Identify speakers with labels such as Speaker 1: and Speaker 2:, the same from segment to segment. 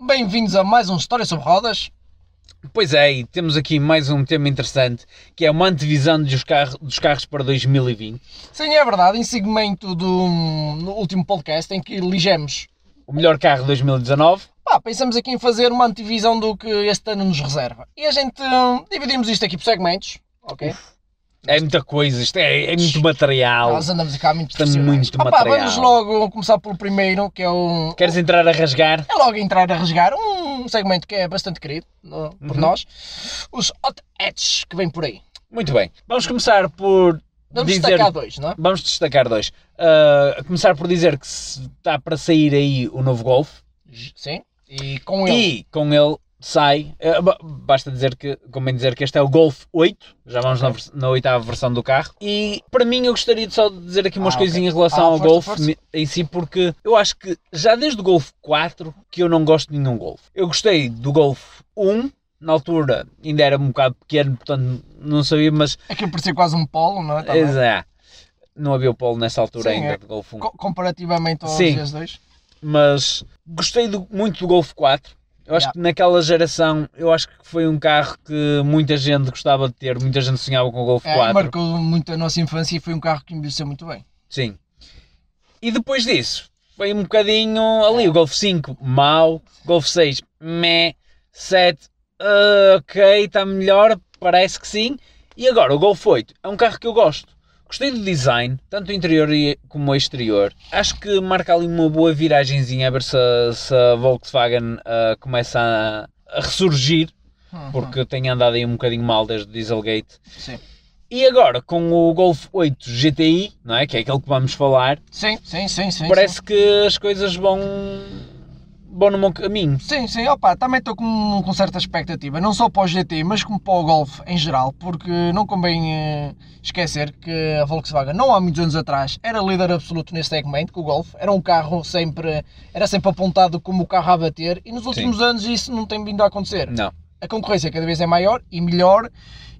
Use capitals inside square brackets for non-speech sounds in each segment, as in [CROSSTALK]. Speaker 1: bem-vindos a mais um História sobre Rodas.
Speaker 2: Pois é, e temos aqui mais um tema interessante, que é uma antevisão dos, carro, dos carros para 2020.
Speaker 1: Sim, é verdade, em segmento do no último podcast em que elegemos.
Speaker 2: O melhor carro de 2019.
Speaker 1: Pá, pensamos aqui em fazer uma antevisão do que este ano nos reserva. E a gente hum, dividimos isto aqui por segmentos, ok?
Speaker 2: É muita coisa, isto é, é muito material.
Speaker 1: Nós andamos aqui há muito
Speaker 2: Estamos
Speaker 1: profissionais.
Speaker 2: muito
Speaker 1: Ah pá,
Speaker 2: material.
Speaker 1: Vamos logo começar pelo primeiro, que é o...
Speaker 2: Queres entrar a rasgar?
Speaker 1: É logo entrar a rasgar um segmento que é bastante querido no- por
Speaker 2: Uhum.
Speaker 1: nós. Os hot hatch que vem por aí.
Speaker 2: Muito bem. Vamos começar por
Speaker 1: Vamos
Speaker 2: dizer...
Speaker 1: destacar dois, não é?
Speaker 2: Vamos destacar dois. Ah, a começar por dizer que se- está para sair aí o novo Golf.
Speaker 1: Sim. E com ele...
Speaker 2: E com ele sai... ah, ba- basta dizer que, convém dizer que este é o Golf 8. Já vamos na vers- na, oitava versão do carro. E para mim eu gostaria de só de dizer aqui umas
Speaker 1: Ah, ok.
Speaker 2: coisinhas em relação
Speaker 1: Ah,
Speaker 2: ao
Speaker 1: força,
Speaker 2: Golf
Speaker 1: força.
Speaker 2: me- em si, porque eu acho que já desde o Golf 4 que eu não gosto de nenhum Golf. Eu gostei do Golf 1. Na altura ainda era um bocado pequeno, portanto não sabia, mas
Speaker 1: Aquilo parecia quase um polo, não é? Também.
Speaker 2: Exato. Não havia o Polo nessa altura
Speaker 1: Sim,
Speaker 2: ainda
Speaker 1: é.
Speaker 2: de Golf 1.
Speaker 1: Co- comparativamente aos
Speaker 2: Sim.
Speaker 1: G2.
Speaker 2: Mas gostei do- muito do Golf 4. Eu acho
Speaker 1: Yeah.
Speaker 2: que naquela geração, eu acho que foi um carro que muita gente gostava de ter, muita gente sonhava com o Golf
Speaker 1: É,
Speaker 2: 4.
Speaker 1: marcou muito a nossa infância e foi um carro que envelheceu muito bem.
Speaker 2: Sim. E depois disso, foi um bocadinho ali, o Golf 5, mau, Golf 6, meh, 7, ah, ok, está melhor, parece que sim. E agora, o Golf 8, é um carro que eu gosto. Gostei do design, tanto o interior e- como o exterior. Acho que marca ali uma boa viragenzinha, a ver se, a- se a Volkswagen ah, começa a, a ressurgir,
Speaker 1: Hum, hum,
Speaker 2: porque tem andado aí um bocadinho mal desde o Dieselgate.
Speaker 1: Sim.
Speaker 2: E agora, com o Golf 8 GTI, não é? Que é aquele que vamos falar,
Speaker 1: Sim, sim, sim, sim.
Speaker 2: parece que as coisas vão vão no bom caminho.
Speaker 1: Sim, sim, sim. opa, também estou com, com certa expectativa, não só para o GT, mas como para o Golf em geral, porque não convém eh, esquecer que a Volkswagen, não há muitos anos atrás, era líder absoluto nesse segmento, que o Golf era um carro sempre, era sempre apontado como o carro a bater, e nos últimos anos isso não tem vindo a acontecer.
Speaker 2: Não.
Speaker 1: A concorrência cada vez é maior e melhor,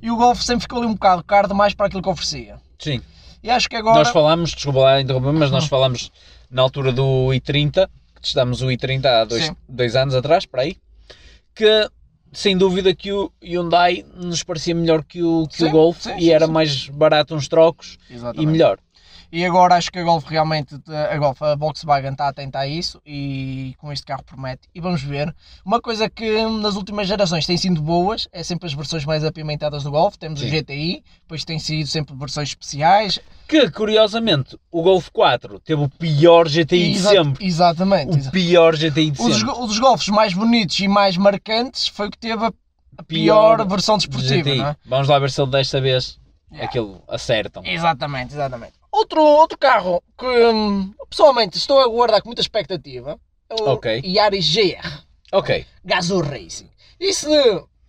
Speaker 1: e o Golf sempre ficou ali um bocado caro demais para aquilo que oferecia.
Speaker 2: Sim.
Speaker 1: E acho que agora...
Speaker 2: Nós falámos, desculpa lá interromper, mas nós falámos na altura do i30, que testámos o i30 há dois,
Speaker 1: Sim.
Speaker 2: dois anos atrás, para aí, que sem dúvida que o Hyundai nos parecia melhor que o, que
Speaker 1: Sim,
Speaker 2: o Golf
Speaker 1: sim,
Speaker 2: e
Speaker 1: sim,
Speaker 2: era
Speaker 1: sim.
Speaker 2: mais barato uns trocos e
Speaker 1: Exatamente.
Speaker 2: melhor.
Speaker 1: E agora acho que a Golf realmente, a Golf, a Volkswagen está atenta a isso e com este carro promete. E vamos ver. Uma coisa que nas últimas gerações tem sido boas, é sempre as versões mais apimentadas do Golf. Temos o
Speaker 2: Sim.
Speaker 1: GTI, depois tem sido sempre versões especiais.
Speaker 2: Que curiosamente o Golf 4 teve o pior GTI de
Speaker 1: Exa-
Speaker 2: sempre.
Speaker 1: Exatamente.
Speaker 2: O
Speaker 1: exa-
Speaker 2: pior GTI de
Speaker 1: Um dos,
Speaker 2: sempre.
Speaker 1: go- um dos Golfs mais bonitos e mais marcantes foi o que teve a pior, versão desportiva,
Speaker 2: GTI.
Speaker 1: não é?
Speaker 2: Vamos lá ver se ele desta vez
Speaker 1: Yeah.
Speaker 2: aquilo um acertam.
Speaker 1: Exatamente, exatamente. Outro, outro carro que hum, pessoalmente estou a guardar com muita expectativa é o
Speaker 2: Ok.
Speaker 1: Yaris GR.
Speaker 2: Ok.
Speaker 1: Gazoo Racing. E se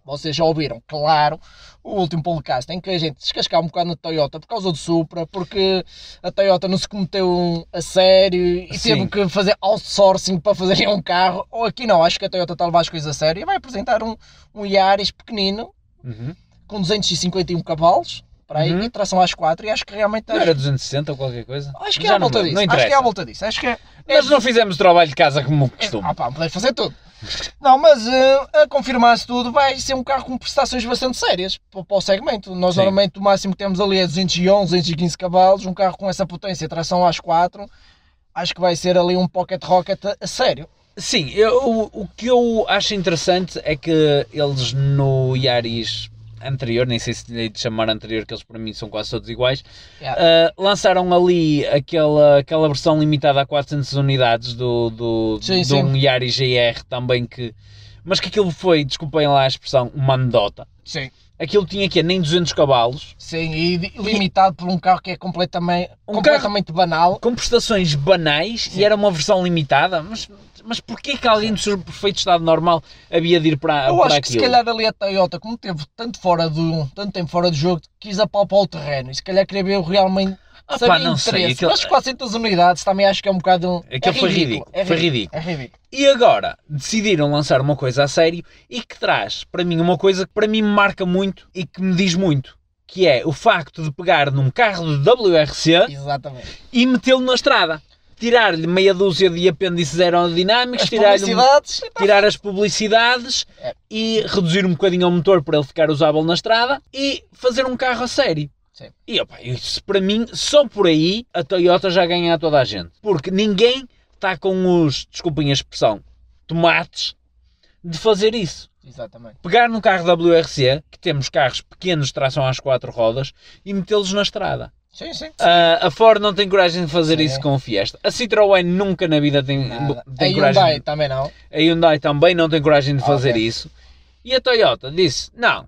Speaker 1: vocês já ouviram, claro, o último podcast em que a gente descascava um bocado na Toyota por causa do Supra, porque a Toyota não se cometeu um a sério e teve
Speaker 2: Sim.
Speaker 1: que fazer outsourcing para fazerem um carro. Ou aqui não, acho que a Toyota está a levar as coisas a sério e vai apresentar um, um Yaris pequenino
Speaker 2: Uhum.
Speaker 1: com 251 cavalos, para aí,
Speaker 2: Uhum.
Speaker 1: e tração às 4 e acho que realmente...
Speaker 2: Não
Speaker 1: Acho,
Speaker 2: era 260 ou qualquer coisa?
Speaker 1: acho que é
Speaker 2: Já
Speaker 1: à volta
Speaker 2: me
Speaker 1: disso.
Speaker 2: lembro. Não
Speaker 1: acho que é à
Speaker 2: interessa.
Speaker 1: volta disso. Acho que é...
Speaker 2: Nós não fizemos o trabalho de casa como
Speaker 1: Ah,
Speaker 2: costume.
Speaker 1: pá, podes fazer tudo. Não, mas eh, a confirmar-se tudo, vai ser um carro com prestações bastante sérias para, para o segmento. Nós
Speaker 2: Sim.
Speaker 1: normalmente o máximo que temos ali é 211, 215 cavalos. Um carro com essa potência, tração às 4, acho que vai ser ali um pocket rocket a, a sério.
Speaker 2: Sim, eu- o, o que eu acho interessante é que eles no Yaris anterior, nem sei se lhe hei de chamar anterior, que eles para mim são quase todos iguais, ah, lançaram ali aquela, aquela versão limitada a 400 unidades do, do,
Speaker 1: Sim,
Speaker 2: de um Yaris GR também que... Mas que aquilo foi, desculpem lá a expressão, uma anedota.
Speaker 1: Sim.
Speaker 2: Aquilo tinha que é nem 200 cavalos,
Speaker 1: Sim, e di- limitado por um carro que é completamente,
Speaker 2: Um
Speaker 1: completamente banal.
Speaker 2: com prestações banais
Speaker 1: Sim.
Speaker 2: e era uma versão limitada, mas, mas porquê que alguém do seu perfeito estado normal havia de ir para,
Speaker 1: Eu
Speaker 2: para
Speaker 1: acho que se
Speaker 2: Ah, aquilo?
Speaker 1: calhar ali a Toyota, como teve tanto, fora do, tanto tempo fora do jogo, quis apalpar o terreno. E se calhar queria ver realmente
Speaker 2: Ah,
Speaker 1: Sem
Speaker 2: pá, não sei,
Speaker 1: interesse.
Speaker 2: aquilo,
Speaker 1: Mas 400 unidades também acho que é um bocado.
Speaker 2: aquilo
Speaker 1: é
Speaker 2: foi ridículo,
Speaker 1: É
Speaker 2: foi
Speaker 1: ridículo.
Speaker 2: ridículo.
Speaker 1: É ridículo.
Speaker 2: E agora decidiram lançar uma coisa a sério e que traz para mim uma coisa que para mim me marca muito e que me diz muito, que é o facto de pegar num carro do WRC
Speaker 1: Exatamente.
Speaker 2: e metê-lo na estrada. tirar-lhe meia dúzia de apêndices aerodinâmicos,
Speaker 1: As
Speaker 2: tirar-lhe um-
Speaker 1: publicidades,
Speaker 2: tirar as publicidades
Speaker 1: É.
Speaker 2: e reduzir um bocadinho ao motor para ele ficar usável na estrada e fazer um carro a sério.
Speaker 1: Sim.
Speaker 2: E opa, isso para mim, só por aí a Toyota já ganha a toda a gente. Porque ninguém está com os, desculpem a expressão, tomates de fazer isso.
Speaker 1: Exatamente.
Speaker 2: Pegar num carro WRC, que temos carros pequenos de tração às quatro rodas, e metê-los na estrada.
Speaker 1: Sim, sim.
Speaker 2: A, a Ford não tem coragem de fazer
Speaker 1: Sim.
Speaker 2: isso com o Fiesta. A Citroën nunca na vida tem,
Speaker 1: Nada. um A
Speaker 2: tem coragem.
Speaker 1: Hyundai também não.
Speaker 2: A Hyundai também não tem coragem de
Speaker 1: Ah,
Speaker 2: fazer
Speaker 1: ok.
Speaker 2: isso. E a Toyota disse: não,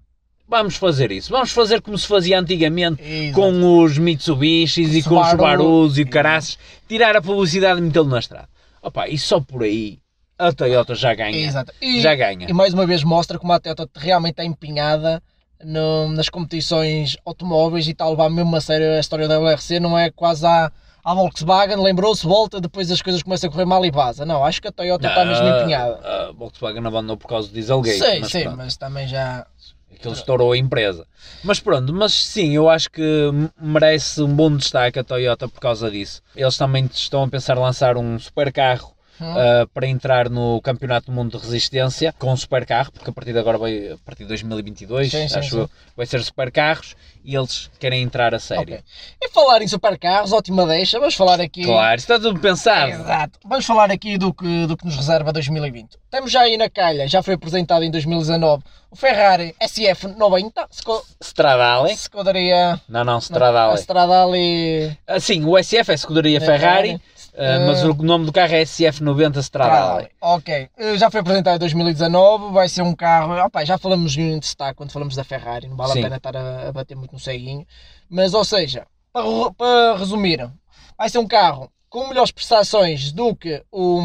Speaker 2: vamos fazer isso. Vamos fazer como se fazia antigamente com os Mitsubishis e com os
Speaker 1: Subaru.
Speaker 2: Subarus e o
Speaker 1: Exato.
Speaker 2: caraças. Tirar a publicidade e metê-lo na estrada. Opa, e só por aí a Toyota já ganha.
Speaker 1: Exato. E,
Speaker 2: Já ganha.
Speaker 1: e mais uma vez mostra como a Toyota realmente está empenhada no- nas competições automóveis e tal, levar mesmo a sério a história da WRC, não é quase à, à Volkswagen, lembrou-se, volta, depois as coisas começam a correr mal e vaza. Não, acho que a Toyota está tá mesmo
Speaker 2: Ah,
Speaker 1: empenhada.
Speaker 2: A Volkswagen abandonou por causa do Dieselgate.
Speaker 1: sim,
Speaker 2: mas
Speaker 1: sim,
Speaker 2: pronto,
Speaker 1: mas também já.
Speaker 2: Aquilo estourou a empresa. Mas pronto, mas sim, eu acho que m- merece um bom destaque a Toyota por causa disso. Eles também estão a pensar em lançar um super carro
Speaker 1: Hum.
Speaker 2: Uh, para entrar no Campeonato do Mundo de Resistência com um supercarro, porque a partir de agora, vai, a partir de 2022,
Speaker 1: Sim, sim,
Speaker 2: acho
Speaker 1: sim.
Speaker 2: eu, vai ser supercarros e eles querem entrar a sério.
Speaker 1: Ok. E falar em supercarros, ótima deixa, vamos falar aqui.
Speaker 2: Claro, está tudo pensado.
Speaker 1: Exato. Vamos falar aqui do que, do que nos reserva 2020. Temos já aí na calha, já foi apresentado em 2019, o Ferrari SF90, Sco-
Speaker 2: Stradale?
Speaker 1: Scuderia
Speaker 2: Não, não,
Speaker 1: a
Speaker 2: Stradale.
Speaker 1: Stradale é.
Speaker 2: Ah, sim, o SF é Escuderia Ferrari, ah, mas o nome do carro é SF90
Speaker 1: Hum.
Speaker 2: Stradale.
Speaker 1: Stradale. Ok, Eh, já foi apresentado em 2019, vai ser um carro. Opa, já falamos em destaque quando falamos da Ferrari, não vale
Speaker 2: Sim.
Speaker 1: a pena estar a, a bater muito no ceguinho. Mas, ou seja, para, ru- para resumir, vai ser um carro com melhores prestações do que o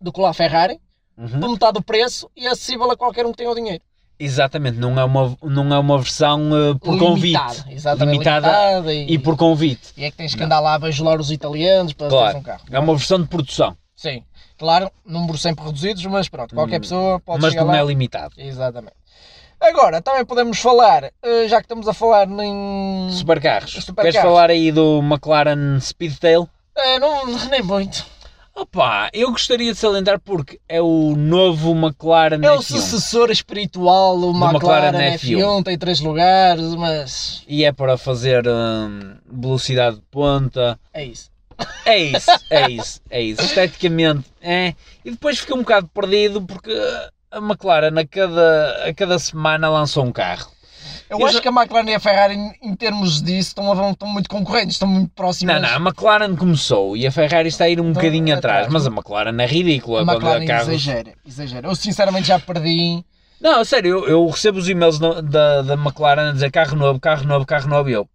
Speaker 1: do que o La Ferrari,
Speaker 2: Uhum.
Speaker 1: por metade do preço e acessível a qualquer um que tenha o dinheiro.
Speaker 2: Exatamente, não é uma, não é uma versão ah, por convite.
Speaker 1: exatamente,
Speaker 2: Limitada
Speaker 1: limitada e,
Speaker 2: E por convite.
Speaker 1: e é que tens que
Speaker 2: Não.
Speaker 1: andar lá a bajular os italianos para
Speaker 2: Claro.
Speaker 1: teres um carro.
Speaker 2: É uma versão de produção,
Speaker 1: Sim, claro, números sempre reduzidos, mas pronto, qualquer
Speaker 2: Hum,
Speaker 1: pessoa pode
Speaker 2: mas
Speaker 1: chegar
Speaker 2: não
Speaker 1: lá.
Speaker 2: é limitado.
Speaker 1: Exatamente. Agora, também podemos falar, eh, já que estamos a falar em...
Speaker 2: Supercarros.
Speaker 1: É Supercarros.
Speaker 2: Queres falar aí do McLaren Speedtail?
Speaker 1: Eh, não, nem muito.
Speaker 2: Opa, eu gostaria de salientar porque é o novo McLaren
Speaker 1: É o
Speaker 2: F1.
Speaker 1: sucessor espiritual do
Speaker 2: McLaren
Speaker 1: McLaren, F1.
Speaker 2: F1.
Speaker 1: tem três lugares, mas
Speaker 2: E é para fazer hum, velocidade de ponta.
Speaker 1: é isso.
Speaker 2: É isso, é isso, é isso. Esteticamente, é. E depois fiquei um bocado perdido porque a McLaren a cada, a cada semana lançou um carro.
Speaker 1: Eu,
Speaker 2: Eu
Speaker 1: acho
Speaker 2: já-
Speaker 1: que a McLaren e a Ferrari, em, em termos disso, estão, a- estão muito concorrentes, estão muito próximas.
Speaker 2: Não, não, a McLaren começou e a Ferrari está a ir um
Speaker 1: Então,
Speaker 2: bocadinho
Speaker 1: atrás.
Speaker 2: atrás, mas a McLaren é ridícula
Speaker 1: A
Speaker 2: quando
Speaker 1: McLaren
Speaker 2: há carros
Speaker 1: exagera, exagera. Eu sinceramente já perdi.
Speaker 2: Não, a sério, eu, eu recebo os e-mails no- da, da McLaren a dizer carro novo, carro novo, carro novo e eu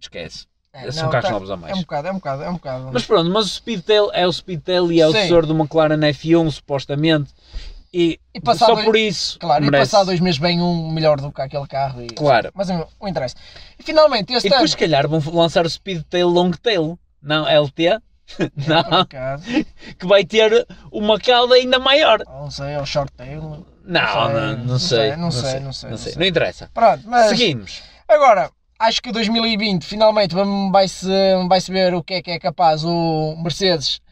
Speaker 2: esquece.
Speaker 1: É,
Speaker 2: São
Speaker 1: não,
Speaker 2: carros
Speaker 1: tá-
Speaker 2: novos a mais.
Speaker 1: É um bocado, é um bocado, é um bocado.
Speaker 2: Mas pronto, mas o Speedtail é o Speedtail e é o
Speaker 1: Sim.
Speaker 2: sucessor do McLaren F1, supostamente. E,
Speaker 1: E passado
Speaker 2: só por isso.
Speaker 1: claro, e
Speaker 2: merece.
Speaker 1: passar dois meses bem um melhor do que aquele carro. E,
Speaker 2: Claro.
Speaker 1: Mas não não interessa. E finalmente, este
Speaker 2: E depois, se
Speaker 1: ano.
Speaker 2: calhar, vão lançar o Speedtail Longtail. Não, LT.
Speaker 1: Por
Speaker 2: [LAUGHS] Não,
Speaker 1: acaso,
Speaker 2: que Ah. vai ter uma cauda ainda maior.
Speaker 1: não sei, é o short tail.
Speaker 2: Não,
Speaker 1: sei,
Speaker 2: não,
Speaker 1: não
Speaker 2: não sei.
Speaker 1: sei, não sei, não sei, não sei.
Speaker 2: Não interessa.
Speaker 1: Pronto, mas
Speaker 2: Seguimos.
Speaker 1: agora acho que 2020 finalmente vamos- vai-se vai -se ver o que é que é capaz o Mercedes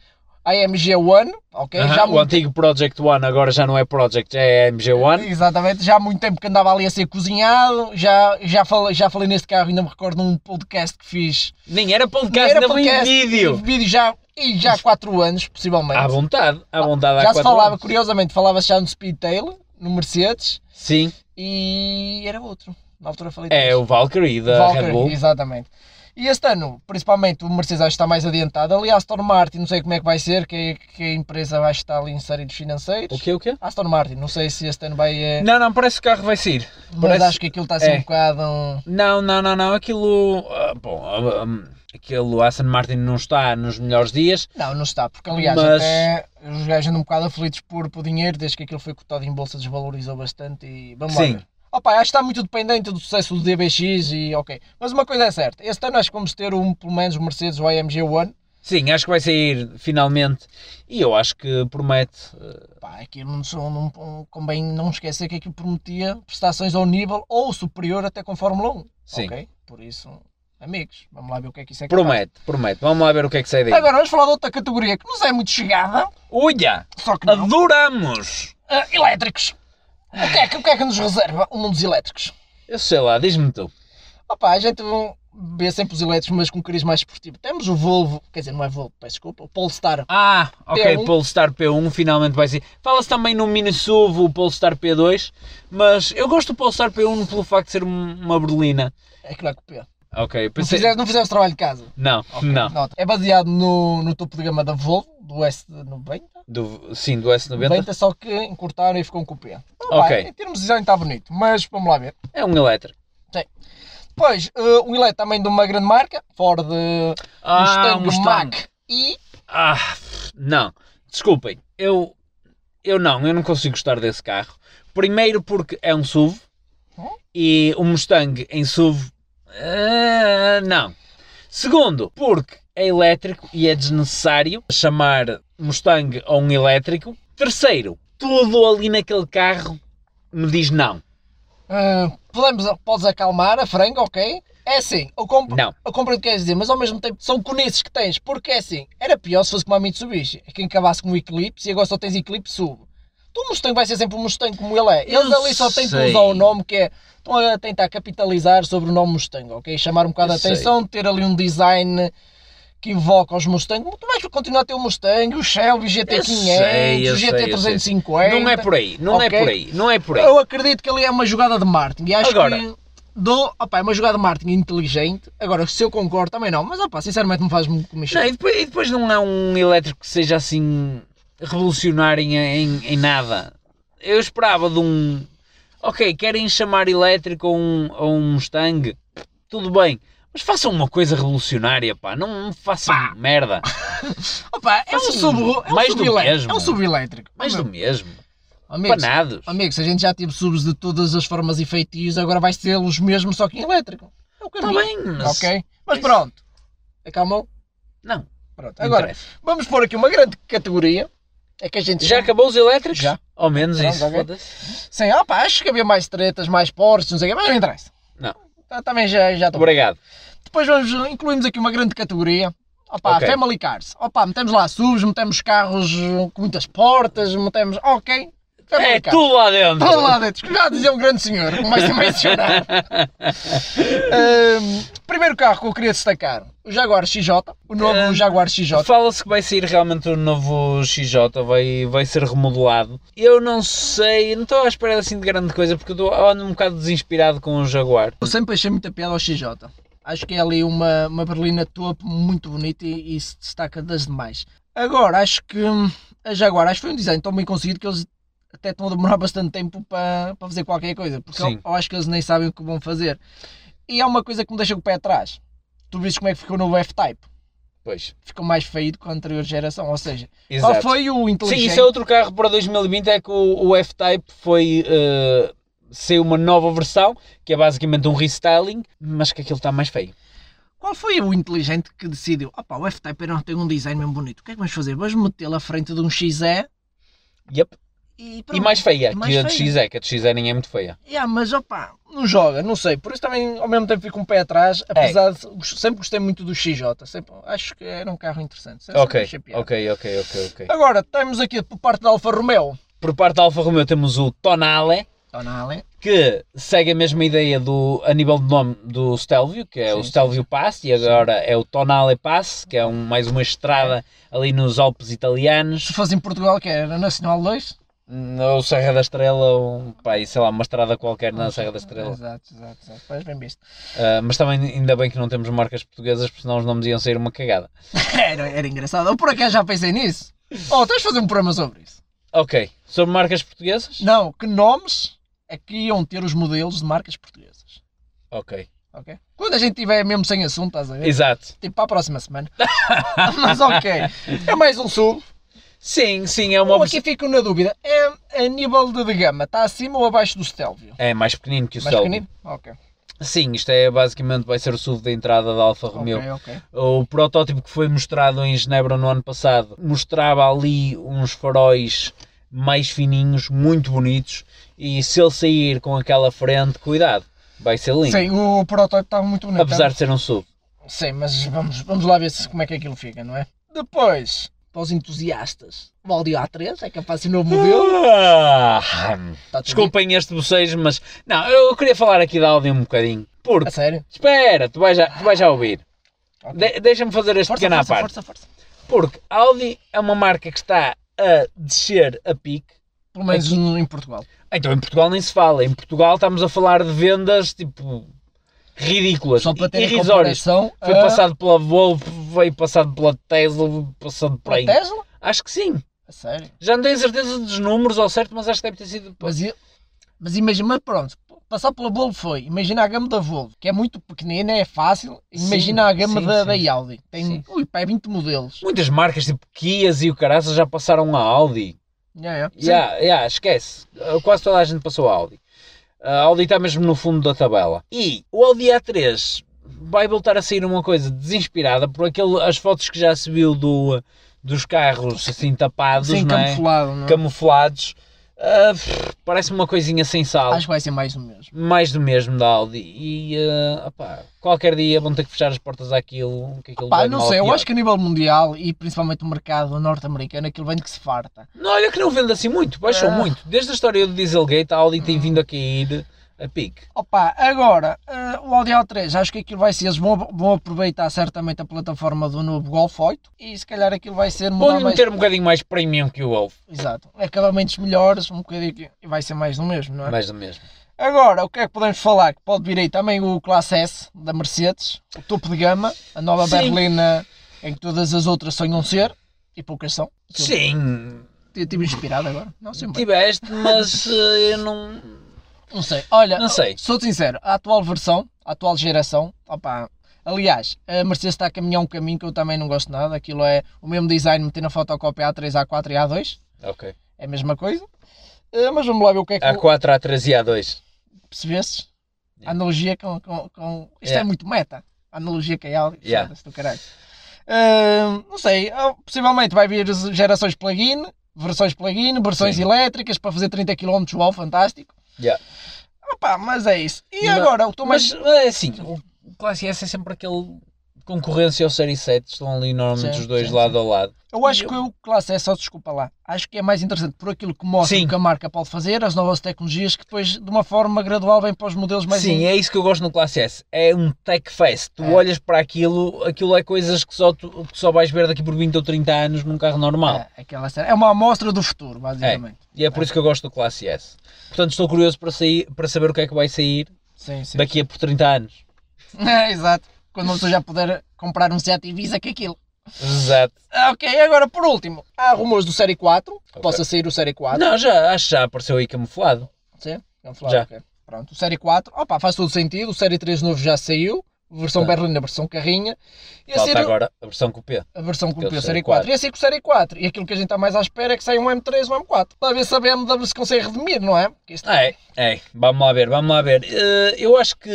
Speaker 1: AMG One, ok?
Speaker 2: Aham,
Speaker 1: é já há
Speaker 2: o
Speaker 1: muito,
Speaker 2: antigo Project One agora já não é Project, já é MG1.
Speaker 1: exatamente, já há muito tempo que andava ali a ser cozinhado, já, já, falei, já falei neste carro, ainda me recordo num podcast que fiz.
Speaker 2: Nem era
Speaker 1: Não
Speaker 2: podcast, era
Speaker 1: podcast,
Speaker 2: vídeo. Ah,
Speaker 1: Vídeo já, e já há 4 anos, possivelmente.
Speaker 2: À vontade, à vontade. há
Speaker 1: já se
Speaker 2: quatro
Speaker 1: falava,
Speaker 2: anos.
Speaker 1: curiosamente, falava-se já no Speedtail, no Mercedes,
Speaker 2: Sim,
Speaker 1: e era outro. Na altura falei
Speaker 2: é
Speaker 1: disso.
Speaker 2: o Valkyrie da
Speaker 1: Valkyrie,
Speaker 2: Red Bull.
Speaker 1: exatamente. E este ano, principalmente, o Mercedes acho que está mais adiantado. Ali a Aston Martin, não sei como é que vai ser, que, que a empresa vai estar ali em inseridos financeiros.
Speaker 2: O quê, o quê?
Speaker 1: Aston Martin, não sei se este ano vai... eh,
Speaker 2: Não, não, parece que o carro vai sair.
Speaker 1: mas
Speaker 2: parece-
Speaker 1: acho que aquilo está a ser
Speaker 2: é.
Speaker 1: um bocado... um-
Speaker 2: Não, não, não, não, aquilo... ah, bom, ah, hum, aquilo Aston Martin não está nos melhores dias.
Speaker 1: Não, não está, porque aliás
Speaker 2: Mas-
Speaker 1: até os gajos andam um bocado aflitos por, por dinheiro, desde que aquilo foi cotado em bolsa desvalorizou bastante e vamos lá
Speaker 2: Sim.
Speaker 1: ver. Opa, acho que está muito dependente do sucesso do DBX e ok. Mas uma coisa é certa, este ano acho que vamos ter um, pelo menos o Mercedes o AMG One.
Speaker 2: Sim, acho que vai sair finalmente. E eu acho que promete... ah,
Speaker 1: Pá, aquilo não, sou- não, não convém não esquecer que aquilo prometia prestações ao nível ou superior até com Fórmula 1.
Speaker 2: Sim.
Speaker 1: Ok? Por isso, Amigos, vamos lá ver o que é que isso é que
Speaker 2: Promete, promete. Vamos lá ver o que é que sai daí.
Speaker 1: faz. Agora vamos falar de outra categoria que nos é muito chegada,
Speaker 2: Olha!
Speaker 1: só que não.
Speaker 2: Adoramos!
Speaker 1: Ah, elétricos. O que, é que, o que é que nos reserva o mundo dos elétricos?
Speaker 2: Eu sei lá, diz-me tu.
Speaker 1: Opa, a gente vê sempre os elétricos, mas com um cariz mais esportivo. Temos o Volvo, quer dizer, não é Volvo, peço desculpa, o Polestar.
Speaker 2: Ah, ok,
Speaker 1: P1.
Speaker 2: Polestar P1 finalmente vai ser. Fala-se também no mini SUV, o Polestar P2, mas eu gosto do Polestar P1 pelo facto de ser um- uma berlina.
Speaker 1: É que não é copia.
Speaker 2: Ok,
Speaker 1: Não
Speaker 2: pensei.
Speaker 1: fizeste, não fizeste trabalho de casa.
Speaker 2: Não,
Speaker 1: Ok,
Speaker 2: é. não.
Speaker 1: nota. É baseado no, no topo de gama da Volvo, do S90.
Speaker 2: Do, sim, do S90.
Speaker 1: 90, só que encurtaram e ficou com o P.
Speaker 2: Ok.
Speaker 1: em termos de design está bonito, mas vamos lá ver.
Speaker 2: É um elétrico.
Speaker 1: Depois, eh, o Elet também de uma grande marca, Ford eh,
Speaker 2: Ah,
Speaker 1: Mustang,
Speaker 2: Mustang.
Speaker 1: Mach e
Speaker 2: Ah, não. Desculpem, eu, eu não, eu não consigo gostar desse carro. Primeiro porque é um SUV
Speaker 1: Hum?
Speaker 2: e o Mustang em SUV, ah, não. Segundo, porque é elétrico e é desnecessário chamar Mustang a um elétrico. Terceiro, tudo ali naquele carro me diz não.
Speaker 1: eh, podemos, podes acalmar a franga, ok? É assim, eu compro.
Speaker 2: Não.
Speaker 1: Eu compreendo o que queres dizer, mas ao mesmo tempo são conices que tens, porque é assim, era pior se fosse como a Mitsubishi, é quem acabasse com o Eclipse e agora só tens Eclipse sub. Tu o Mustang vai ser sempre um Mustang como ele é. Eles
Speaker 2: Eu
Speaker 1: ali só tentam
Speaker 2: sei.
Speaker 1: usar o nome que é. Estão a tentar capitalizar sobre o nome Mustang, ok? Chamar um bocado
Speaker 2: Eu
Speaker 1: a atenção, ter ali um design que evoca os Mustang. Tu vais continuar a ter o Mustang, o Shelby, o
Speaker 2: sei,
Speaker 1: GT500,
Speaker 2: eu
Speaker 1: o
Speaker 2: sei, eu sei.
Speaker 1: GT350.
Speaker 2: Não é por aí, não
Speaker 1: Ok.
Speaker 2: é por aí, não é por aí.
Speaker 1: Eu acredito que ali é uma jogada de marketing. E acho
Speaker 2: Agora.
Speaker 1: que dou, opa, é uma jogada de marketing inteligente. Agora, se eu concordo, também não. Mas, opa, sinceramente, me faz muito comissão.
Speaker 2: Não, e, depois, e depois não há um elétrico que seja assim revolucionário em, em- em nada. Eu esperava de um. Ok, querem chamar elétrico a um, a um Mustang? Tudo bem. Mas façam uma coisa revolucionária, pá. Não façam merda.
Speaker 1: Ah, Opa, é um
Speaker 2: Assim,
Speaker 1: sub, é um
Speaker 2: mais do
Speaker 1: subelétrico.
Speaker 2: mesmo.
Speaker 1: É um subelétrico.
Speaker 2: Mais do mesmo.
Speaker 1: Amigos,
Speaker 2: Panados.
Speaker 1: amigos, se a gente já teve subs de todas as formas e feitios, agora vai ser os mesmos, só que em elétrico. É o
Speaker 2: Está
Speaker 1: caminho.
Speaker 2: Tá bem, mas.
Speaker 1: Ok? Mas
Speaker 2: isso-
Speaker 1: pronto. Acalmou?
Speaker 2: Não.
Speaker 1: Pronto.
Speaker 2: não
Speaker 1: Agora,
Speaker 2: interessa.
Speaker 1: vamos pôr aqui uma grande categoria. É que a gente
Speaker 2: Já acabou os elétricos?
Speaker 1: Já.
Speaker 2: Ao menos
Speaker 1: Pronto,
Speaker 2: isso.
Speaker 1: ok.
Speaker 2: foda-se.
Speaker 1: Sim, opa, acho que havia mais tretas, mais portes, não sei o quê, mas não interessa.
Speaker 2: Não.
Speaker 1: Tá- Também já, já estou
Speaker 2: Obrigado.
Speaker 1: Depois vamos, incluímos aqui uma grande categoria. Opa,
Speaker 2: Ok.
Speaker 1: Family Cars. Opa, metemos lá SUVs, metemos carros eh, com muitas portas, metemos. Ok. Family
Speaker 2: É
Speaker 1: Cars.
Speaker 2: tudo lá dentro.
Speaker 1: Tá Tudo lá dentro. Já dizia um grande senhor, como vai ser
Speaker 2: [LAUGHS]
Speaker 1: mencionado. Ahm, primeiro carro que eu queria destacar: o Jaguar XJ. O novo
Speaker 2: Ah.
Speaker 1: Jaguar XJ.
Speaker 2: Fala-se que vai sair realmente um novo XJ, vai, vai ser remodelado. Eu não sei, não estou à espera assim de grande coisa, porque eu estou- ando um bocado desinspirado com o Jaguar.
Speaker 1: Eu sempre achei muita piada ao XJ. Acho que é ali uma, uma berlina topo muito bonita e, e se destaca das demais. Agora, acho que hum, a Jaguar acho que foi um design tão bem conseguido que eles até estão a demorar bastante tempo para, para fazer qualquer coisa. Porque eu,
Speaker 2: Sim.
Speaker 1: eu acho que eles nem sabem o que vão fazer. E é uma coisa que me deixa com o pé atrás. Tu viste como é que ficou o novo F-Type.
Speaker 2: Pois,
Speaker 1: Ficou mais feio que a anterior geração. Ou seja,
Speaker 2: exato.
Speaker 1: só Ah, foi o
Speaker 2: Sim,
Speaker 1: inteligente.
Speaker 2: isso é outro carro para 2020, é que o, o F-Type foi... eh, saiu uma nova versão, que é basicamente um restyling, mas que aquilo está mais feio.
Speaker 1: Qual foi o inteligente que decidiu? Opa, o F-Type não tem um design mesmo bonito. O que é que vamos fazer? Vamos metê-lo à frente de um XE
Speaker 2: Yep.
Speaker 1: e
Speaker 2: E
Speaker 1: pronto.
Speaker 2: mais feia,
Speaker 1: mais
Speaker 2: que a de
Speaker 1: feia.
Speaker 2: XE, que a de XE nem é muito feia.
Speaker 1: Yeah, mas opa, não joga, não sei. Por isso também ao mesmo tempo fico um pé atrás,
Speaker 2: É.
Speaker 1: apesar de gos- sempre gostei muito do XJ. Sempre, acho que era um carro interessante. sempre
Speaker 2: Ok,
Speaker 1: achei piada.
Speaker 2: ok, ok, ok, ok.
Speaker 1: Agora temos aqui por parte da Alfa Romeo.
Speaker 2: Por parte da Alfa Romeo temos o Tonale,
Speaker 1: Tonale.
Speaker 2: que segue a mesma ideia do, a nível de nome do Stelvio, que é
Speaker 1: Sim,
Speaker 2: o
Speaker 1: sim,
Speaker 2: Stelvio Pass, e agora é o Tonale Pass, que é um, mais uma estrada ali nos Alpes italianos,
Speaker 1: Se fosse em Portugal, que era Nacional 2.
Speaker 2: Hum, ou Serra da Estrela, ou pá, e sei lá, uma estrada qualquer na Serra da Estrela.
Speaker 1: Exato, exato, exato. Pois bem visto. [LAUGHS]
Speaker 2: Ah, mas também ainda bem que não temos marcas portuguesas, porque senão os nomes iam sair uma cagada.
Speaker 1: Era, era engraçado. Eu por acaso já pensei nisso. Oh, tens de fazer um programa sobre isso.
Speaker 2: Ok, sobre marcas portuguesas?
Speaker 1: Não, que nomes é que iam ter os modelos de marcas portuguesas?
Speaker 2: Ok,
Speaker 1: Ok? Quando a gente tiver mesmo sem assunto, estás a ver?
Speaker 2: exato.
Speaker 1: Tipo para a próxima semana. [LAUGHS] mas ok. É mais um sub.
Speaker 2: Sim, sim, é uma
Speaker 1: Eu
Speaker 2: opção.
Speaker 1: aqui fico na dúvida. É a nível de, de gama, está acima ou abaixo do Stelvio?
Speaker 2: É mais pequenino que o
Speaker 1: Mais
Speaker 2: Stelvio.
Speaker 1: pequenino? Ok.
Speaker 2: Sim, isto é basicamente vai ser o SUV da entrada da Alfa Romeo.
Speaker 1: Ok, ok.
Speaker 2: O protótipo que foi mostrado em Genebra no ano passado mostrava ali uns faróis mais fininhos, muito bonitos, e se ele sair com aquela frente, cuidado. Vai ser lindo.
Speaker 1: Sim, então. o protótipo estava muito bonito.
Speaker 2: Apesar de ser um sub.
Speaker 1: Sim, mas vamos, vamos lá ver se, como é que aquilo fica, não é? Depois, para os entusiastas, o Audi A3 é capaz de ser novo modelo.
Speaker 2: Ah,
Speaker 1: Está tudo
Speaker 2: desculpem este bocejo, mas. Não, eu queria falar aqui da Audi um bocadinho.
Speaker 1: dito. A
Speaker 2: Porque.
Speaker 1: sério?
Speaker 2: Espera, tu vais já, tu vais já ouvir.
Speaker 1: Assim. Ok.
Speaker 2: De- Deixa-me fazer este
Speaker 1: Força,
Speaker 2: pequeno à
Speaker 1: força,
Speaker 2: parte.
Speaker 1: força, força.
Speaker 2: Porque a Audi é uma marca que está a descer a pique.
Speaker 1: Pelo menos
Speaker 2: Aqui-
Speaker 1: no- em Portugal.
Speaker 2: Então em Portugal nem se fala. Em Portugal estamos a falar de vendas tipo ridículas,
Speaker 1: Só para ter a
Speaker 2: irrisórias.
Speaker 1: comparação.
Speaker 2: Foi
Speaker 1: ah,
Speaker 2: passado pela Volvo, veio passado pela Tesla, passado por
Speaker 1: para
Speaker 2: aí.
Speaker 1: a Tesla?
Speaker 2: Acho que sim.
Speaker 1: A sério?
Speaker 2: Já não tenho certeza dos números ao certo, mas acho que deve ter sido.
Speaker 1: Mas, e- mas imagina, mas pronto, passar pela Volvo foi. Imagina a gama da Volvo, que é muito pequenina, é fácil. Imagina
Speaker 2: Sim,
Speaker 1: a gama
Speaker 2: sim,
Speaker 1: da,
Speaker 2: sim.
Speaker 1: da Audi. Tem
Speaker 2: Sim.
Speaker 1: ui, pá, é 20 modelos.
Speaker 2: Muitas marcas tipo Kias e o caraças já passaram a Audi.
Speaker 1: Yeah, yeah.
Speaker 2: Yeah, yeah, esquece. Uh, Quase toda a gente passou a Audi. Eh, A Audi está mesmo no fundo da tabela. E o Audi A3 vai voltar a sair uma coisa desinspirada por aquele, as fotos que já se viu do, dos carros assim tapados,
Speaker 1: Sem
Speaker 2: não é?
Speaker 1: camuflado, não é?
Speaker 2: camuflados. Ah, pff, parece uma coisinha sem sal.
Speaker 1: Acho que vai ser mais do mesmo.
Speaker 2: Mais do mesmo da Audi. E ah, opá, qualquer dia vão ter que fechar as portas àquilo. Que aquilo
Speaker 1: Pá,
Speaker 2: vai
Speaker 1: não
Speaker 2: mal
Speaker 1: sei, eu
Speaker 2: pior.
Speaker 1: acho que a nível mundial e principalmente o mercado norte-americano, aquilo vem de que se farta.
Speaker 2: Não, olha que não vende assim muito, baixou
Speaker 1: Ah. Hum.
Speaker 2: muito. Desde a história do Dieselgate, a Audi tem vindo a cair a pique.
Speaker 1: Opa, agora, ah, o Audi A3, acho que aquilo vai ser, eles vão, vão aproveitar certamente a plataforma do novo Golf 8 e se calhar aquilo vai ser mudar
Speaker 2: Vou-lhe
Speaker 1: mais...
Speaker 2: meter um bocadinho mais premium que o Golf,
Speaker 1: Exato, acabamentos melhores, um bocadinho, e vai ser mais do mesmo, não é?
Speaker 2: mais do mesmo.
Speaker 1: Agora, o que é que podemos falar? Que pode vir aí também o Classe S da Mercedes, o topo de gama, a nova
Speaker 2: Sim.
Speaker 1: berlina em que todas as outras sonham ser, e poucas são.
Speaker 2: Sim,
Speaker 1: Eu estive inspirado agora, não sei bem.
Speaker 2: tiveste, [LAUGHS] mas eh, eu não.
Speaker 1: Não sei, olha,
Speaker 2: Não sei.
Speaker 1: sou sincero, a atual versão, a atual geração, opa, aliás, a Mercedes está a caminhar um caminho que eu também não gosto nada, aquilo é o mesmo design, meter na fotocópia A3, A4 e A2,
Speaker 2: Ok.
Speaker 1: é a mesma coisa. Eh, Mas vamos lá ver o que é que o-
Speaker 2: A4, A3 e A2.
Speaker 1: percebesses? A
Speaker 2: Yeah.
Speaker 1: analogia com. com, com... Isto
Speaker 2: Yeah.
Speaker 1: é muito meta. A analogia com a Audi.
Speaker 2: Yeah.
Speaker 1: foda-se do caralho. Ahn, não sei, ah, possivelmente vai vir gerações plug-in, versões plug-in, versões
Speaker 2: Sim.
Speaker 1: elétricas para fazer 30 km uau, fantástico.
Speaker 2: Yeah.
Speaker 1: Opa, mas é isso. E
Speaker 2: Não,
Speaker 1: agora, o que estou mais.
Speaker 2: Mas é assim, o o Classe S é sempre aquele concorrência ao Série 7, estão ali normalmente
Speaker 1: Sim,
Speaker 2: os dois
Speaker 1: sim,
Speaker 2: lado a lado.
Speaker 1: Eu acho
Speaker 2: eu-
Speaker 1: que o Classe S, só desculpa lá, acho que é mais interessante por aquilo que mostra
Speaker 2: Sim.
Speaker 1: o que a marca pode fazer, as novas tecnologias, que depois de uma forma gradual vem para os modelos mais.
Speaker 2: Sim, é isso que eu gosto no Classe S. É um tech fest. Tu
Speaker 1: É.
Speaker 2: olhas para aquilo, aquilo é coisas que só, tu, que só vais ver daqui por 20 ou 30 anos num carro normal.
Speaker 1: é, aquela cena. É uma amostra do futuro, basicamente.
Speaker 2: E é por isso que eu gosto do Classe S. Portanto, estou curioso para, sair, para saber o que é que vai sair
Speaker 1: Sim, sim.
Speaker 2: daqui a por 30 anos.
Speaker 1: [LAUGHS] É, exato. Quando uma pessoa já puder comprar um set e visa que aquilo.
Speaker 2: Exato.
Speaker 1: Ah, ok, agora por último, há rumores do Série 4, que
Speaker 2: Ok.
Speaker 1: possa sair o Série 4.
Speaker 2: Não, já, acho que já apareceu aí camuflado.
Speaker 1: Sim, vamos falar.
Speaker 2: Já.
Speaker 1: ok. Pronto, o Série 4, opa, faz todo sentido, o Série 3 novo já saiu, versão
Speaker 2: Tá.
Speaker 1: berlina, versão carrinha. E a,
Speaker 2: Falta
Speaker 1: série,
Speaker 2: agora a versão coupé.
Speaker 1: a versão que
Speaker 2: Aquele
Speaker 1: o
Speaker 2: Série
Speaker 1: Série 4. E a sair com o Série 4. E aquilo que a gente está mais à espera é que saia um M3 ou um M4. Para ver se a BMW se consegue redimir, não é? Porque isto-
Speaker 2: É, é, vamos lá ver, vamos lá ver. Eh, Eu acho que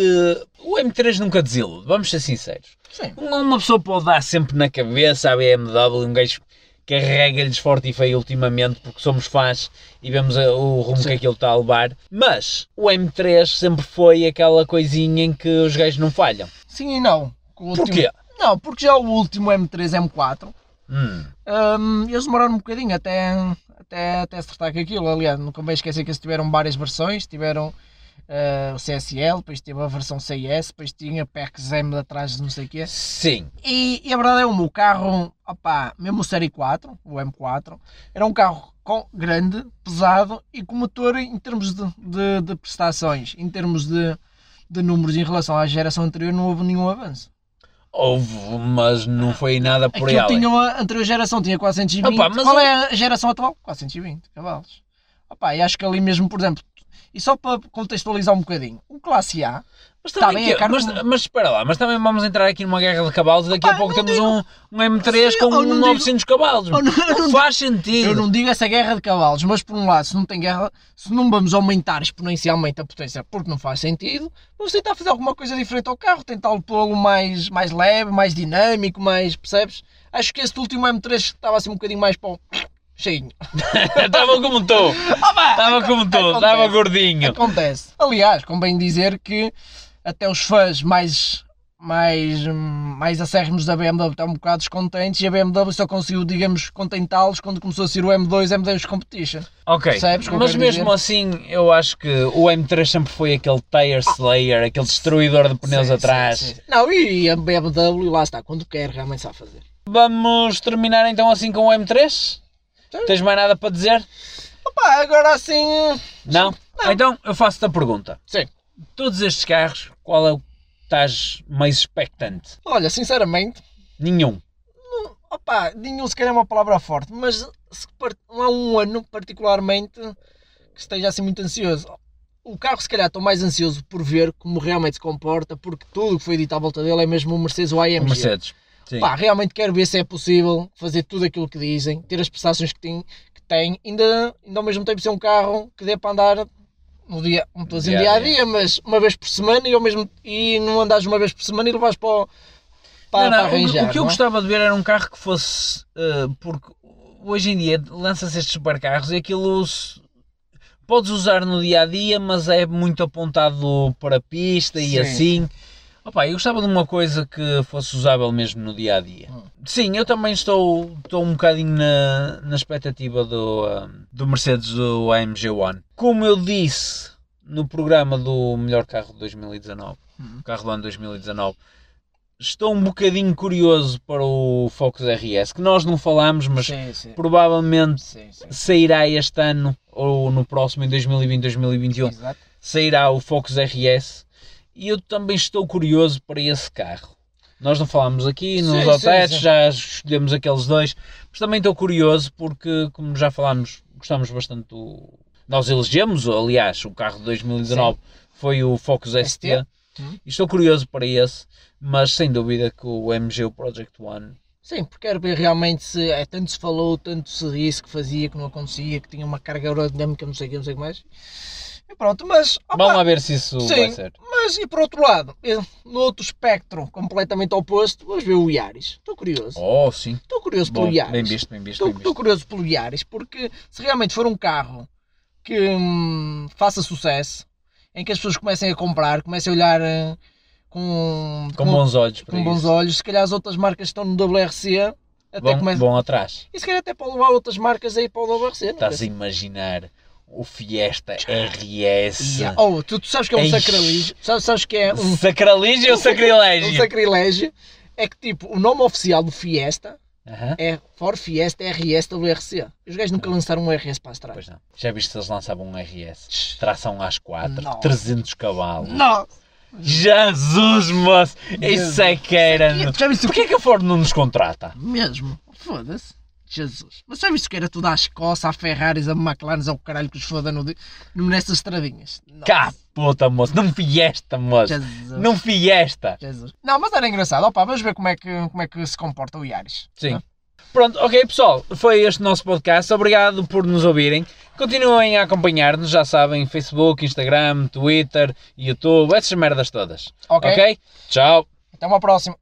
Speaker 2: o M3 nunca desilude, vamos ser sinceros.
Speaker 1: Sim.
Speaker 2: Uma pessoa pode dar sempre na cabeça a BMW, um gajo carrega-lhes forte e feio ultimamente porque somos fãs e vemos a- o rumo que
Speaker 1: Sim.
Speaker 2: aquilo está a levar. Mas o M3 sempre foi aquela coisinha em que os gajos não falham.
Speaker 1: Sim e não. Com o último-
Speaker 2: Porquê?
Speaker 1: Não, porque já o último M3, M4,
Speaker 2: Hum,
Speaker 1: Hum, eles demoraram um bocadinho até, até, até acertar com aquilo. Aliás, não convém esquecer que eles tiveram várias versões. Tiveram eh, o CSL, depois teve a versão CS, depois tinha PECs M atrás de não sei o quê.
Speaker 2: sim,
Speaker 1: E, e a verdade é uma, o carro, opá, mesmo o Série 4, o M4, era um carro com, grande, pesado e com motor em termos de, de, de prestações, em termos de, de números em relação à geração anterior, não houve nenhum avanço.
Speaker 2: houve, mas não foi nada por aí.
Speaker 1: Aquilo
Speaker 2: além.
Speaker 1: tinha a anterior geração, tinha 420.
Speaker 2: Opa, mas
Speaker 1: Qual
Speaker 2: o-
Speaker 1: é a geração atual? 420 cavalos. Opa, e acho que ali mesmo, por exemplo, e só para contextualizar um bocadinho, o Classe A,
Speaker 2: Mas,
Speaker 1: Tá
Speaker 2: também
Speaker 1: bem,
Speaker 2: que-
Speaker 1: é caro
Speaker 2: mas,
Speaker 1: como-
Speaker 2: mas espera lá, mas também vamos entrar aqui numa guerra de cavalos e daqui a
Speaker 1: Opa,
Speaker 2: pouco
Speaker 1: não
Speaker 2: temos um, um M3
Speaker 1: Sim,
Speaker 2: com
Speaker 1: eu não digo-
Speaker 2: 900 cavalos.
Speaker 1: eu não- eu
Speaker 2: Não
Speaker 1: não-
Speaker 2: faz sentido.
Speaker 1: eu
Speaker 2: [LAUGHS]
Speaker 1: não digo essa guerra de cavalos, mas por um lado, se não tem guerra, se não vamos aumentar exponencialmente a potência, porque não faz sentido, vamos tentar fazer alguma coisa diferente ao carro, tentá-lo pô-lo mais, mais leve, mais dinâmico, mais, percebes? Acho que este último M3 estava assim um bocadinho mais para o... [COUGHS] cheinho.
Speaker 2: Estava como
Speaker 1: [LAUGHS]
Speaker 2: estou. Estava como estou. Estava gordinho.
Speaker 1: Acontece. Aliás, convém dizer que até os fãs mais, mais, hum, mais acérrimos da BMW estão um bocado descontentes e a BMW só conseguiu, digamos, contentá-los quando começou a ser o M2, M2 Competition.
Speaker 2: Ok.
Speaker 1: Percebes o que eu
Speaker 2: Mas
Speaker 1: quero
Speaker 2: mesmo
Speaker 1: dizer?
Speaker 2: assim, eu acho que o M3 sempre foi aquele tire slayer, aquele destruidor de pneus
Speaker 1: Sim,
Speaker 2: atrás.
Speaker 1: sim, sim, sim. Não, e a BMW lá está, quando quer realmente sabe fazer.
Speaker 2: Vamos terminar então assim com o M3?
Speaker 1: Sim.
Speaker 2: Tens mais nada para dizer?
Speaker 1: Opa, agora assim.
Speaker 2: Não? Então eu faço-te a pergunta.
Speaker 1: Sim.
Speaker 2: Todos estes carros, qual é o que estás mais expectante?
Speaker 1: Olha, sinceramente,
Speaker 2: Nenhum.
Speaker 1: opa, nenhum se calhar é uma palavra forte, mas se par- não há um ano particularmente que esteja assim muito ansioso. O carro, se calhar, estou mais ansioso por ver como realmente se comporta, porque tudo o que foi dito à volta dele é mesmo o Mercedes ou a
Speaker 2: O
Speaker 1: AMG.
Speaker 2: Um Mercedes. Sim.
Speaker 1: é. Pá, realmente quero ver se é possível fazer tudo aquilo que dizem, ter as prestações que tem, que tem ainda, ainda ao mesmo tempo ser um carro que dê para andar no dia, não estou a dizer dia a
Speaker 2: Dia-a-dia.
Speaker 1: dia, mas uma vez por semana e, ao mesmo, e não andares uma vez por semana e levares para, o- para,
Speaker 2: Não, não,
Speaker 1: para
Speaker 2: o que-
Speaker 1: arranjar.
Speaker 2: o que eu
Speaker 1: não é?
Speaker 2: gostava de ver era um carro que fosse. eh, porque hoje em dia lança-se estes supercarros e aquilo se- podes usar no dia a dia, mas é muito apontado para a pista
Speaker 1: Sim.
Speaker 2: e assim. Opa, eu gostava de uma coisa que fosse usável mesmo no dia a dia.
Speaker 1: Hum.
Speaker 2: Sim, eu também estou, estou um bocadinho na, na expectativa do, ah, do Mercedes do AMG One. Como eu disse no programa do melhor carro de 2019,
Speaker 1: Hum.
Speaker 2: o carro do ano 2019. Estou um bocadinho curioso para o Focus RS, que nós não falámos, mas
Speaker 1: Sim, sim.
Speaker 2: provavelmente
Speaker 1: Sim, sim.
Speaker 2: sairá este ano ou no próximo, em 2020, 2021,
Speaker 1: Exato.
Speaker 2: sairá o Focus RS. E eu também estou curioso para esse carro. Nós não falámos aqui nos
Speaker 1: Sim, sim,
Speaker 2: hotéis,
Speaker 1: sim.
Speaker 2: já escolhemos aqueles dois, mas também estou curioso porque, como já falámos, gostamos bastante do. Nós elegemos, aliás, o carro de 2019 foi o Focus ST.
Speaker 1: ST. Hum.
Speaker 2: E estou curioso para esse, mas sem dúvida que o MG o Project One.
Speaker 1: Sim, porque quero ver realmente se é, tanto se falou, tanto se disse que fazia, que não acontecia, que tinha uma carga aerodinâmica, não sei o que, não sei o que mais. E pronto, mas. opa,
Speaker 2: Vamos lá ver se isso
Speaker 1: Sim.
Speaker 2: vai ser.
Speaker 1: Mas e por outro lado, eu- no outro espectro completamente oposto, vamos ver o Iaris. Estou curioso.
Speaker 2: Oh, sim.
Speaker 1: Estou curioso
Speaker 2: Bom,
Speaker 1: pelo Iaris.
Speaker 2: bem visto, bem visto,
Speaker 1: estou,
Speaker 2: bem
Speaker 1: estou
Speaker 2: visto.
Speaker 1: curioso pelo Iaris, porque se realmente for um carro que hum, faça sucesso, em que as pessoas comecem a comprar, comecem a olhar eh, com,
Speaker 2: Com bons olhos para
Speaker 1: com bons
Speaker 2: isso.
Speaker 1: olhos, se calhar as outras marcas que estão no WRC até
Speaker 2: Vão,
Speaker 1: começam.
Speaker 2: vão atrás.
Speaker 1: E se calhar até para levar outras marcas aí para o WRC, não é?
Speaker 2: Estás a imaginar o Fiesta RS.
Speaker 1: Yeah. Oh, tu, tu sabes que é um
Speaker 2: Eish.
Speaker 1: sacrilégio. Sabes, sabes que é um
Speaker 2: Sacrilégio ou
Speaker 1: um
Speaker 2: sacrilégio?
Speaker 1: sacrilégio é que tipo, o nome oficial do Fiesta
Speaker 2: Aham.
Speaker 1: é Ford Fiesta RS WRC. Os gajos nunca lançaram um RS para trás.
Speaker 2: Pois não. Já viste se eles lançavam um RS?
Speaker 1: Tch,
Speaker 2: Tração às 4,
Speaker 1: Não.
Speaker 2: 300 cavalos.
Speaker 1: Não!
Speaker 2: Jesus, moço! Isso é que era.
Speaker 1: E- Já viste o que
Speaker 2: Porquê que a Ford não nos contrata?
Speaker 1: Mesmo? Foda-se. Jesus. Mas já viste o que era tudo à Escócia, a Ferraris, a McLaren, ao caralho que os foda no, di- no, nessas estradinhas? Nossa,
Speaker 2: Cá, puta, moço, não fiesta, moço.
Speaker 1: Jesus.
Speaker 2: Não fiesta.
Speaker 1: Jesus. Não, mas era engraçado. Opa, vamos ver como é que, como é que se comporta o Iaris.
Speaker 2: Sim. Né? Pronto, ok, pessoal, foi este nosso podcast. Obrigado por nos ouvirem. Continuem a acompanhar-nos, já sabem, Facebook, Instagram, Twitter, YouTube, essas merdas todas.
Speaker 1: Ok?
Speaker 2: ok? Tchau.
Speaker 1: Até uma próxima.